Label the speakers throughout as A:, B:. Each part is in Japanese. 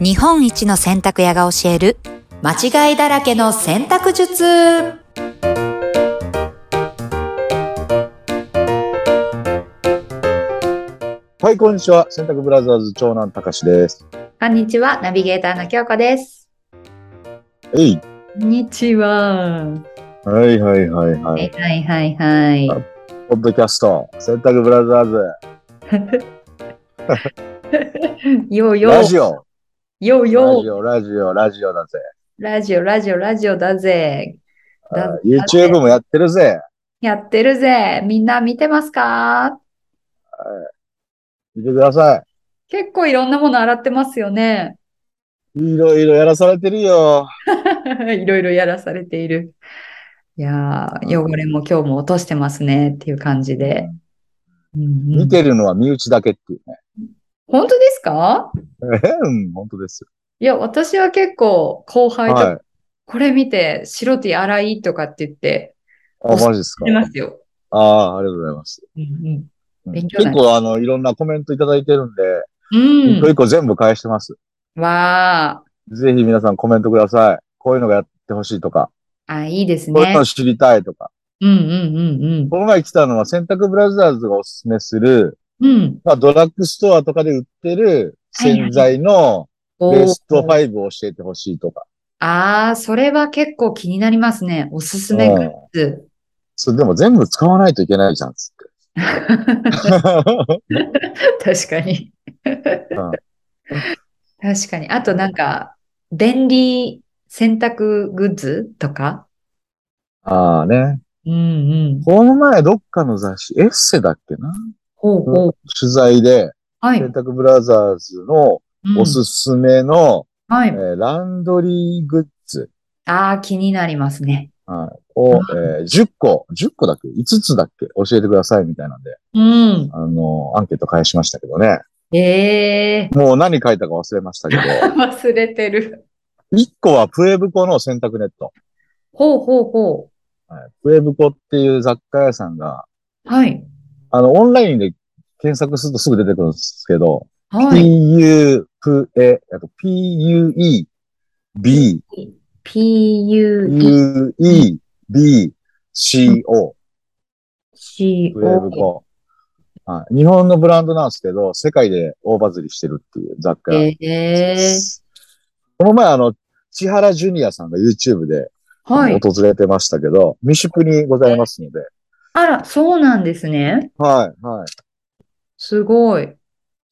A: 日本一の洗濯屋が教える間違いだらけの洗濯術
B: はい、こんにちは。洗濯ブラザーズ長男たかしです。
A: こんにちはナビゲーターの京子です
B: えい。
A: こんにちは
B: はいはいはい
A: は
B: はいい。
A: はいはいはい
B: あポッドキャスト、洗濯ブラザーズ、
A: よよ
B: ラジオ、
A: よ
B: ラ
A: よ
B: ジオ、ラジオ、ラジオだぜ。
A: ラジオラジオラジオだぜだ
B: あ YouTube もやってるぜ。
A: やってるぜみんな見てますか
B: 見てくださ
A: 結構いろんなもの洗ってますよね
B: い。いろいろやらされてるよ。
A: いろいろやらされているいやー汚れも今日も落としてますねっていう感じで、うんうん
B: 見てるのは身内だけっていう
A: 本当ですか
B: ね。 えへうん、本当ですよ。
A: いや、私は結構後輩と、
B: はい。
A: これ見て、白 T 荒いとかって言って、
B: あ、マジですか
A: 言。ってますよ。
B: ああー、ありがとうございます。
A: うん
B: うん
A: 勉強にな
B: 結
A: る
B: 構あの、いろんなコメントいただいてるんで、
A: うん。
B: 一
A: う
B: 個一個全部返してます。
A: ん。わ
B: ぜひ皆さんコメントください。こういうのがやってほしいとか、
A: あ。あ、いいです
B: こういう
A: ね
B: の。知りたいとか。
A: うんうん
B: この前来たのは、洗濯ブラザーズがおすすめする、
A: うんうん。うん。
B: まあ、ドラッグストアとかで売ってる洗剤の
A: お
B: ベスト
A: ー
B: 5を教えてほしいとか。
A: ああ、それは結構気になりますね。おすすめグッズ。
B: それでも全部使わないといけないじゃん、つっ
A: 確
B: て。
A: かに。
B: ん
A: 確かに。あとなんか、便利洗濯グッズとか。
B: ああね。
A: うんうん。
B: この前どっかの雑誌、エッセだっけな
A: ほうほう。
B: 取材で、
A: はい。
B: 洗濯ブラザーズの
A: うん
B: おすすめの、
A: はい。
B: えーランドリーグッズ
A: ああ、気になりますね。
B: を、えー10個、10個だっけ ?5 つだっけ教えてくださいみたいなんで、
A: うん。
B: あの、アンケート返しましたけどね。
A: ええ
B: もう何書いたか忘れましたけど、
A: 忘れてる。
B: 一個はプエブコの洗濯ネット。
A: ほうほうほ
B: はいプエブコっていう雑貨屋さんが、
A: う。はい。
B: あの、オンラインで検索するとすぐ出てくるんですけど、
A: はい。
B: PU、プエ、あと PUE、B、
A: PUECO。
B: UE、B、CO、プエブコ。はい日本のブランドなんですけど、世界で大バズりしてるっていう雑貨屋
A: ええ
B: この前、あの、千原ジュニアさんが YouTube で、
A: はい。
B: 訪れてましたけど、未宿にございますので、
A: あら、そうなんですね。
B: はい、はい。
A: すごい。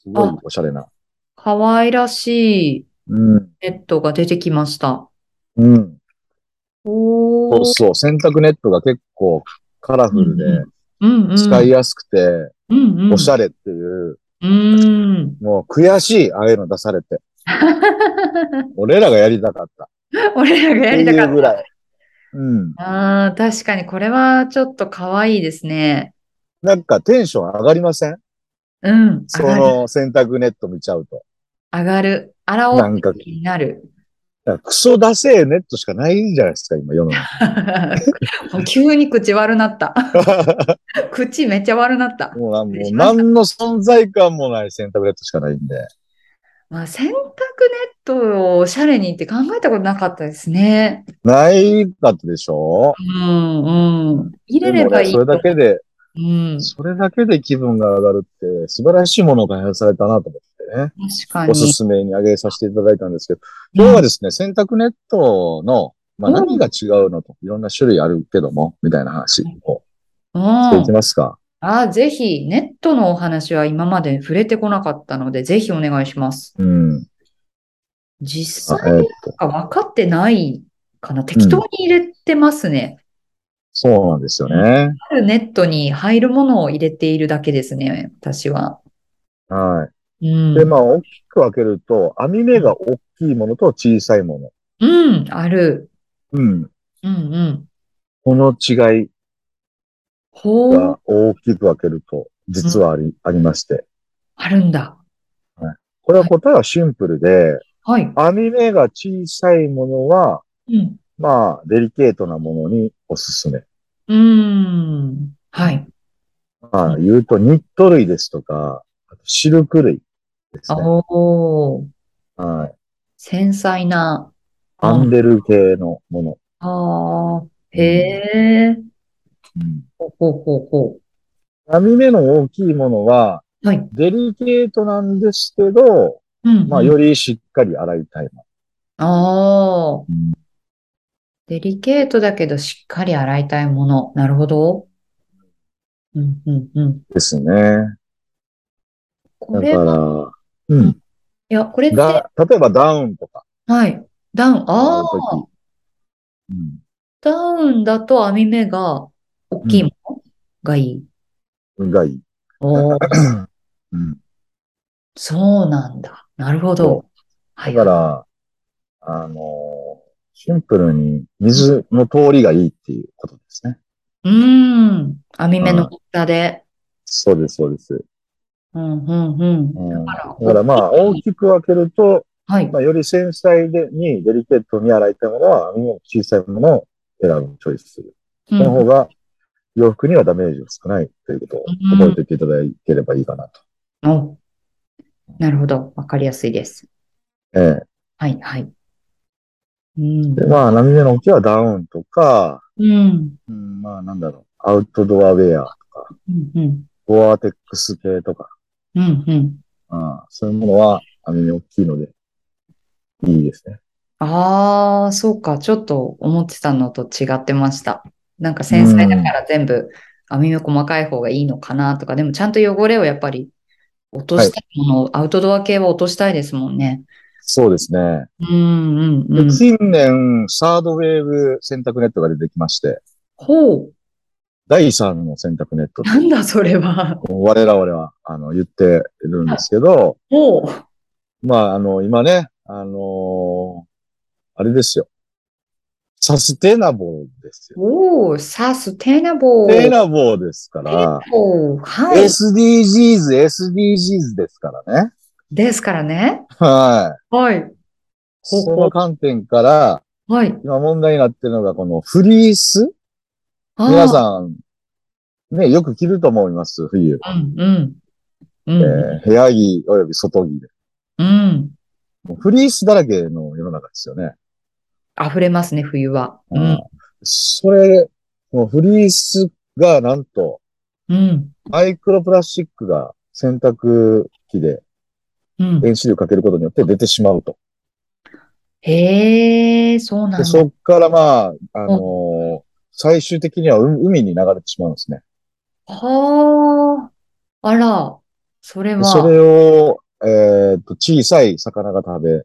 B: すごい
A: あ
B: おしゃれな。
A: 可愛らしい
B: うん。
A: ネットが出てきました。
B: うん。
A: お
B: そうそ
A: ー。
B: う。洗濯ネットが結構カラフルで、
A: うんうん。
B: 使いやすくて、
A: うんうん。
B: おしゃれっていう、
A: うん。
B: もう悔しい、ああいうの出され て。俺らがやりたかった。っ
A: 俺らがや
B: て
A: りた
B: い
A: か
B: う
A: った。
B: ぐらい。うん。
A: ああ、確かにこれはちょっと可愛いですね。
B: なんかテンション上がりません
A: うん。
B: そ
A: 上がる。
B: の洗濯ネット見ちゃうと。
A: 上がる。洗お
B: な
A: うん
B: か
A: って気になる。
B: なんかクソダセえネットしかないじゃないですか、今世の中。
A: もう急に口悪 なった。口めっちゃ悪なった。
B: もうなんもう何の存在感もない洗濯ネットしかないんで。
A: まあ、洗濯ネットをおしゃれにって考えたことなかったですね。
B: ないかったでしょ
A: うんうん。入れ
B: で
A: れ
B: も
A: ばい
B: ね
A: い
B: それだけで、
A: うん。
B: それだけで気分が上がるって、素晴らしいものを開発されたなと思ってね、
A: 確か
B: おす
A: に。
B: すめに挙げさせていただいたんですけど、今日はですね、洗濯ネットの、まあ、
A: う
B: 何
A: ん
B: が違うのと、いろんな種類あるけども、みたいな話を
A: うん。
B: してい
A: あ
B: きますか。
A: あ、ぜひ、ネットのお話は今まで触れてこなかったので、ぜひお願いします。
B: うん。あ
A: 実
B: え
A: 際
B: ーっと、
A: が分かってないかな。適当に入れてますね。
B: そうなんですよね。
A: あるネットに入るものを入れているだけですね、私は。
B: は
A: うん
B: い。で、。まあ、大きく分けると、網目が大きいものと小さいもの。
A: うん、ある。
B: うん。
A: うんうん。
B: この違い
A: ほう、
B: が大きく分けると、実はあり、ありまして。
A: あるんだ。
B: これは答えはシンプルで、
A: はい。
B: 網目が小さいものは、
A: うん。
B: まあ、デリケートなものにおすすめ。
A: うーん。はい。
B: まあ、言うと、ニット類ですとか、あとシルク類ですね。
A: おー。
B: はい。
A: 繊細な。
B: アンデル系のもの。
A: ああ、へえ。
B: うん、
A: ほうほうほうほ
B: 網目の大きいものは、
A: う。はい。
B: デリケートなんですけど、
A: うん、
B: まあ、よりしっかり洗いたいも
A: ああ、
B: の。
A: デリケートだけどしっかり洗いたいもの。なるほど。うん、うん、うん。
B: ですね。
A: こ
B: だ
A: れ
B: か
A: は、
B: ら、うん。
A: いや、これって、
B: だ、例えばダウンとか。
A: はい。ダウン、ああ、
B: の時うん。
A: ダウンだと網目が大きいものがいい。
B: がいい。
A: おー
B: うん。
A: そうなんだ。なるほど。は
B: だ
A: い。
B: から、あのーシンプルに水の通りがいいっていうことですね。
A: うーん。網目の大きさで。
B: そうです、そうです。
A: うん、うん、うん。
B: うん
A: だ
B: だ
A: か
B: からまあ、大きく分けると、
A: はい。
B: まあ、より繊細でにデリケートに洗いたいものは、網目の小さいものを選ぶ、チョイスする。
A: う
B: その
A: ん、
B: 方が、洋服にはダメージが少ないということを
A: うん
B: 覚えておいていただければいいかなと。
A: お。なるほど。わかりやすいです。
B: ええ
A: はい、はい。うん。
B: で、まあ、波目の大きいはダウンとか、
A: うん。
B: うん、まあ、なんだろう、アウトドアウェアとか、
A: うん、うん。
B: ゴアテックス系とか、
A: うん、うん。
B: ああそういうものは網目大きいので、いいですね。
A: ああ、そうか。ちょっと思ってたのと違ってました。なんか繊細だから全部網目細かい方がいいのかなとか、でもちゃんと汚れをやっぱり落としたいものを、アウトドア系は落としたいですもんね。
B: そうですね。
A: うん、うん、
B: で
A: うん。
B: 近年、サードウェーブ洗濯ネットが出てきまして、
A: ほう。
B: 第3の洗濯ネットと
A: なんだそれは。
B: 我々は、あの、言ってるんですけど、
A: ほう。
B: まあ、あの、今ね、あのーあれですよ。サステナボーですよ。
A: おー、サステナボー。
B: サステナボーですから、
A: ボー。はい。
B: SDGs、SDGs ですからね。
A: ですからね。
B: はい。
A: はい。ほうほう
B: その観点から、
A: はい。
B: 今問題になってるのが、このフリース
A: あー
B: 皆さん、ね、よく着ると思います、冬。
A: うん、うん。うん、
B: えー部屋着および外着で。
A: うん。
B: もうフリースだらけの世の中ですよね。
A: 溢れますね、冬は。う
B: うんん、それ、もうフリースがなんと、
A: うん、
B: マイクロプラスチックが洗濯機で
A: うん。
B: 遠心力かけることによって出てしまうと。
A: へえ、そうなん
B: で
A: だ。
B: そっからまあ、あのー最終的には海海に流れてしまうんですね。
A: はあ。あら、それ
B: で
A: は、
B: それを、えーっと、小さい魚が食べ、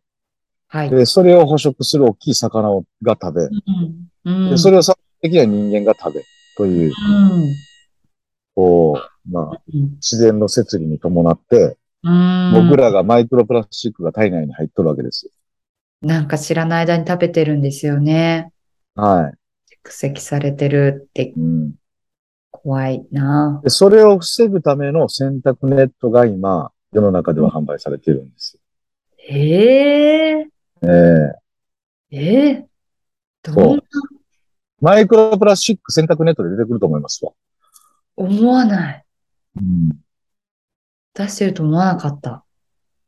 A: はい。
B: で、それを捕食する大きい魚をが食
A: うん、
B: べ、
A: う
B: で
A: ん、
B: それを最終的には人間が食べ、という、
A: うん、
B: こう、まあ、
A: うん
B: 自然の摂理に伴って、
A: うん。
B: 僕らがマイクロプラスチックが体内に入っとるわけです。
A: なんか知らない間に食べてるんですよね。
B: は
A: 蓄積されてるって
B: い。うん。
A: 怖いな。
B: で、それを防ぐための洗濯ネットが今、世の中では販売されているんです。
A: へえ、
B: ええ
A: ええ、ど
B: そ
A: ん
B: う。マイクロプラスチック洗濯ネットで出てくると思いますわ。
A: 思わない。
B: うん。
A: 出してると思わなかった。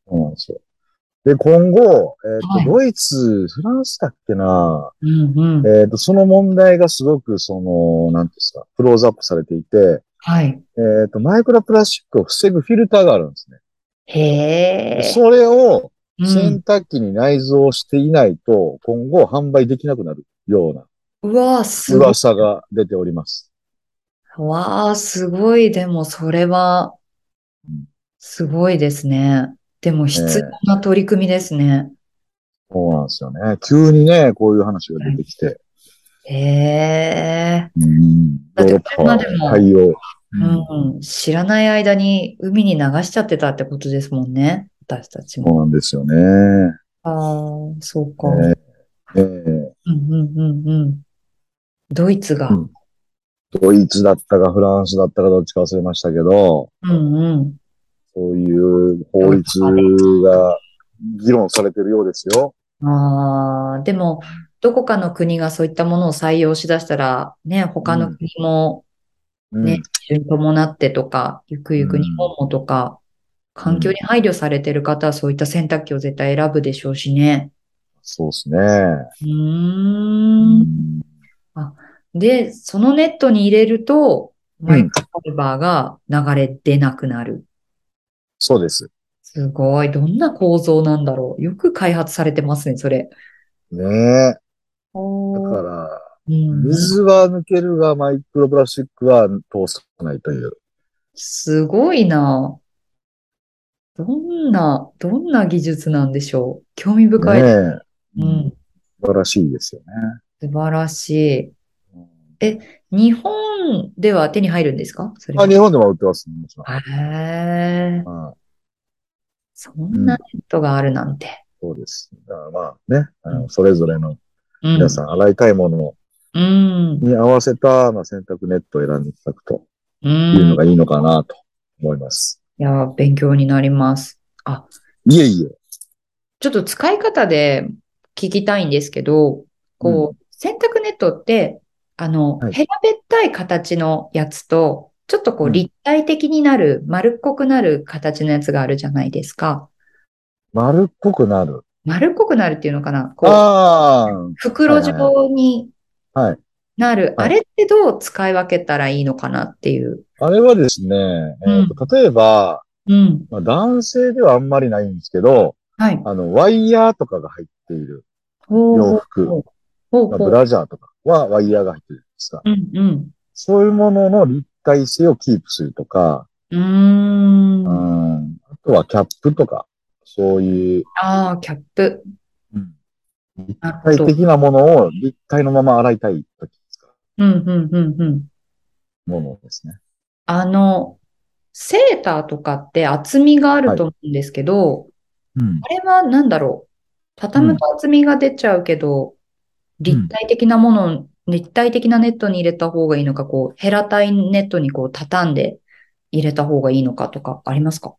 B: そうなんですよ。で、今後、えっ、
A: はい
B: と、ドイツ、フランスだっけな
A: うん、うん。
B: えっ、と、その問題がすごく、その、なんていうんですか、クローズアップされていて、
A: はい。
B: えっ、と、マイクロプラスチックを防ぐフィルターがあるんですね。
A: へ
B: で
A: え。
B: それを
A: うん
B: 洗濯機に内蔵していないと、今後販売できなくなるような
A: うわー、すごい。
B: 噂が出ております。
A: わあ、すごい。でも、それは
B: うん、
A: すごいですね。でも、必要な取り組みですね。
B: そうなんですよね。急にね、こういう話が出てきて、
A: へえ。
B: うん
A: だって
B: ヨーロッパは
A: これまでも
B: 対応。うん
A: うん。知らない間に海に流しちゃってたってことですもんね。私たち
B: そ
A: も。
B: うなんですよね。
A: ああ、そうか。
B: ええ
A: うんうんうんうん。ドイツが。
B: うんドイツだったかフランスだったかどっちか忘れましたけど、
A: うんうん。
B: そういう法律が議論されてるようですよ。
A: ああ、でも、どこかの国がそういったものを採用しだしたら、ね、他の国も
B: うん
A: ね、基準に伴ってとか、ゆくゆく日本もとか、環境に配慮されてる方はそういった選択肢を絶対選ぶでしょうしね。
B: そうですね。
A: うーん。で、そのネットに入れると、マイクロファイバーが流れ出なくなる。
B: そうです。
A: すごい。どんな構造なんだろう。よく開発されてますね、それ。
B: ねえ。だか
A: おー
B: ら、
A: うん、
B: 水は抜けるが、マイクロプラスチックは通さないという。
A: すごいな。どんな、どんな技術なんでしょう。興味深
B: ね
A: い。
B: え。
A: うん。
B: 素晴らしいですよ
A: 素晴ら
B: ね。
A: しい。日本では手に入るんですかそれ
B: あ
A: は。
B: 日本でも売ってます、もちろん。
A: へえ。
B: うん
A: そんなネットがあるなんて。
B: そうです。だからまあね、あのそれぞれの
A: うん。
B: 皆さん、洗いたいもの
A: うん。
B: に合わせた、まあ、洗濯ネットを選んでいただくと
A: う
B: いうの
A: ん。
B: がいいのかなと思います。
A: いや、勉強になります。あ、
B: いえいえ。
A: ちょっと使い方で聞きたいんですけど、こう、洗濯ネットって、あの、
B: はい
A: 平べったい形のやつと、ちょっとこ
B: う
A: うん立体的になる、丸っこくなる形のやつがあるじゃないですか。
B: 丸っこくなる。
A: 丸っこくなるっていうのかなこう、
B: あ
A: 袋状に
B: あ、はい。
A: なる。
B: はい
A: あれってどう使い分けたらいいのかなっていう。
B: あれはですね、えーと例えば、
A: うん。
B: まあ、男性ではあんまりないんですけど、
A: はい。
B: あの、ワイヤーとかが入っている
A: ほう
B: 洋服、
A: ほうほう
B: まあ
A: ほ
B: ブ
A: う。
B: ラジャーとかはワイヤーが入ってるんですが、
A: うんうん。
B: そういうものの立体性をキープするとか、
A: うー。
B: うんん、あとはキャップとか、そういう
A: ああ、キャップ。
B: 立
A: なるほ
B: 体
A: ど。
B: 的なものを立体のまま洗いたいときに使
A: うんうんうんうん。
B: うものですね。
A: あの、セーターとかって厚みがあると思うんですけど、
B: うん。
A: あれは何だろう。畳むと厚みが出ちゃうけど、立体的なものを、立体的なネットに入れた方がいいのか、こう、ヘラタイネットにこう、畳んで入れた方がいいのかとか、ありますか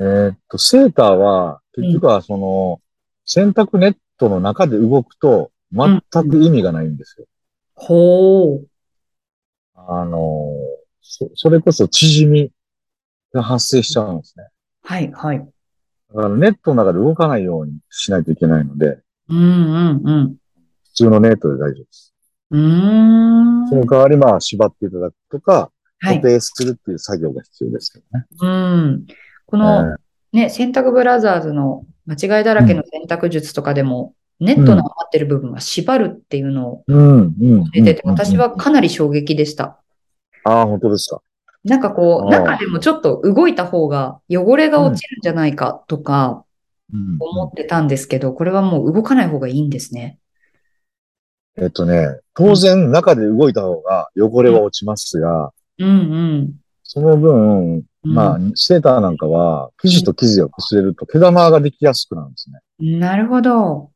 B: えーっと、セーターは、結局はその、洗濯ネットの中で動くと、全く意味がないんですよ。
A: ほう。
B: あのーそ、それこそ縮みが発生しちゃうんですね。
A: はい、はい。
B: だからネットの中で動かないようにしないといけないので、
A: うん、うん、
B: 普通のネットで大丈夫です。
A: うん。う
B: そ
A: ーん。
B: の代わり、まあ、縛っていただくとか、
A: は
B: 固
A: い。
B: 定するっていう作業が必要ですけどね。
A: うん。こ
B: え
A: の、
B: ー
A: ね、洗濯ブラザーズの間違いだらけの洗濯術とかでも、ネットの余ってる部分は縛るっていうのを
B: うん、うん。
A: 出てて、
B: うん
A: 私は、かなり衝撃でした。
B: ああ、本当ですか。
A: なんかこ
B: あ
A: う、
B: ー
A: 中でもちょっと動いた方が汚れが落ちるんじゃないかとか
B: うん
A: 思ってたんですけど、これはもう動かない方がいいんですね。
B: えっとね、当然中で動いた方が汚れは落ちますが、
A: うん
B: その分、
A: うん。
B: まあ
A: うん、
B: セーターなんかは、生地と生地が擦れると毛玉ができやすくなるんですね。
A: なるほど。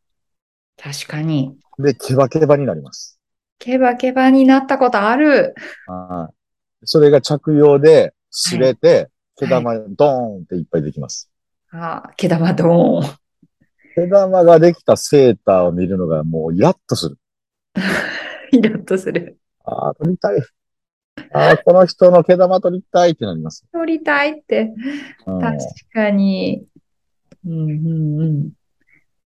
A: 確かに。
B: で、毛バケバになります。
A: ケバケバになったことある。
B: はい。それが着用で、擦れて、毛玉、ドーンっていっぱいできます。
A: あー毛玉ドーン。
B: 毛玉ができたセーターを見るのがもう、やっとする。
A: イラッとする。
B: ああ、撮りたい。ああ、この人の毛玉撮りたいってなります。
A: 取りたいって。
B: うん
A: 確かに。うんうんうん。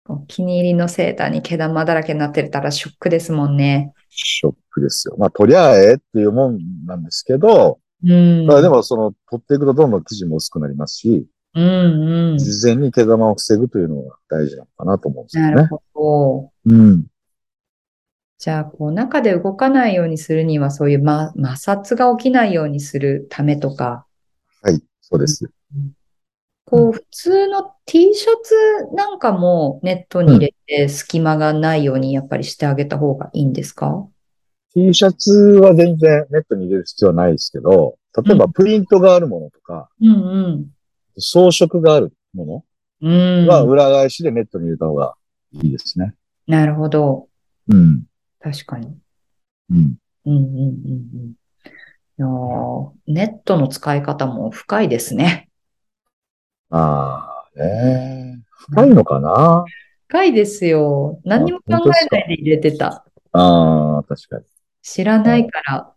A: お気に入りのセーターに毛玉だらけになってたらショックですもんね。
B: ショックですよ。まあ、取りゃええっていうもんなんですけど、
A: うん。
B: まあでも、その、取っていくとどんどん生地も薄くなりますし、
A: うんうん。
B: 事前に毛玉を防ぐというのが大事なのかなと思うんですよ
A: なる
B: ね。
A: ほ
B: う
A: ど。
B: ん。
A: じゃあ、こう、中で動かないようにするには、そういう、ま、摩擦が起きないようにするためとか、
B: はい、そうです。
A: こう、普通の T シャツなんかもネットに入れて、隙間がないようにやっぱりしてあげた方がいいんですか
B: T シャツは全然ネットに入れる必要はないですけど、例えばプリントがあるものとか、
A: うん
B: 装飾があるも
A: うん。う
B: のは
A: ん。
B: 裏返しでネットに入れた方がいいですね。
A: なるほど。
B: うん。
A: 確かに。
B: うん。
A: うんうんうんうん。いやーネットの使い方も深いですね。
B: ああ、ね深いのかな
A: 深いですよ。何にも考えないで入れてた。
B: ああ、確かに。
A: 知らないから。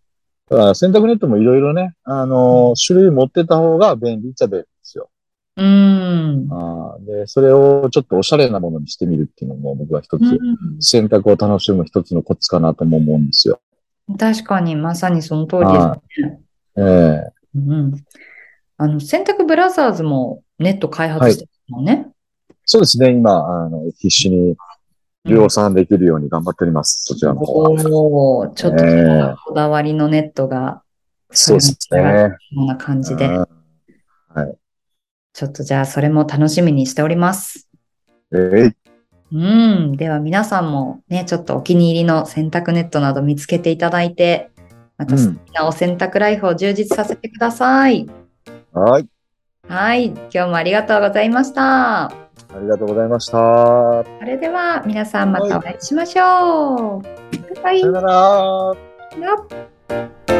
B: だから洗濯ネットもいろいろね、あのー種類持ってた方が便利っちゃ便利ですよ。
A: うん。
B: あーで、それをちょっとおしゃれなものにしてみるっていうのも僕は一つ、
A: うん
B: 選択を楽しむ一つのコツかなとも思うんですよ。
A: 確かに、まさにその通りです
B: はい
A: ね。
B: ええ
A: うん。あの、洗濯ブラザーズもネット開発してるもんね。
B: そうですね、今、あの、必死に量産できるように頑張っております、そちらの方は。
A: おーちょっと
B: ええ
A: こだわりのネットが、
B: そうですね。
A: こんな感じで。
B: うん
A: ちょっとじゃあ、それも楽しみにしております。
B: ええ
A: うん。では皆さんもね、ちょっとお気に入りの洗濯ネットなど見つけていただいて、また素敵なお洗濯ライフを充実させてください。
B: はい。
A: はい。今日もありがとうございました。
B: ありがとうございました。さ
A: それでは皆さんまたお会いしましょう。バイバイ
B: よ。なら。
A: よっ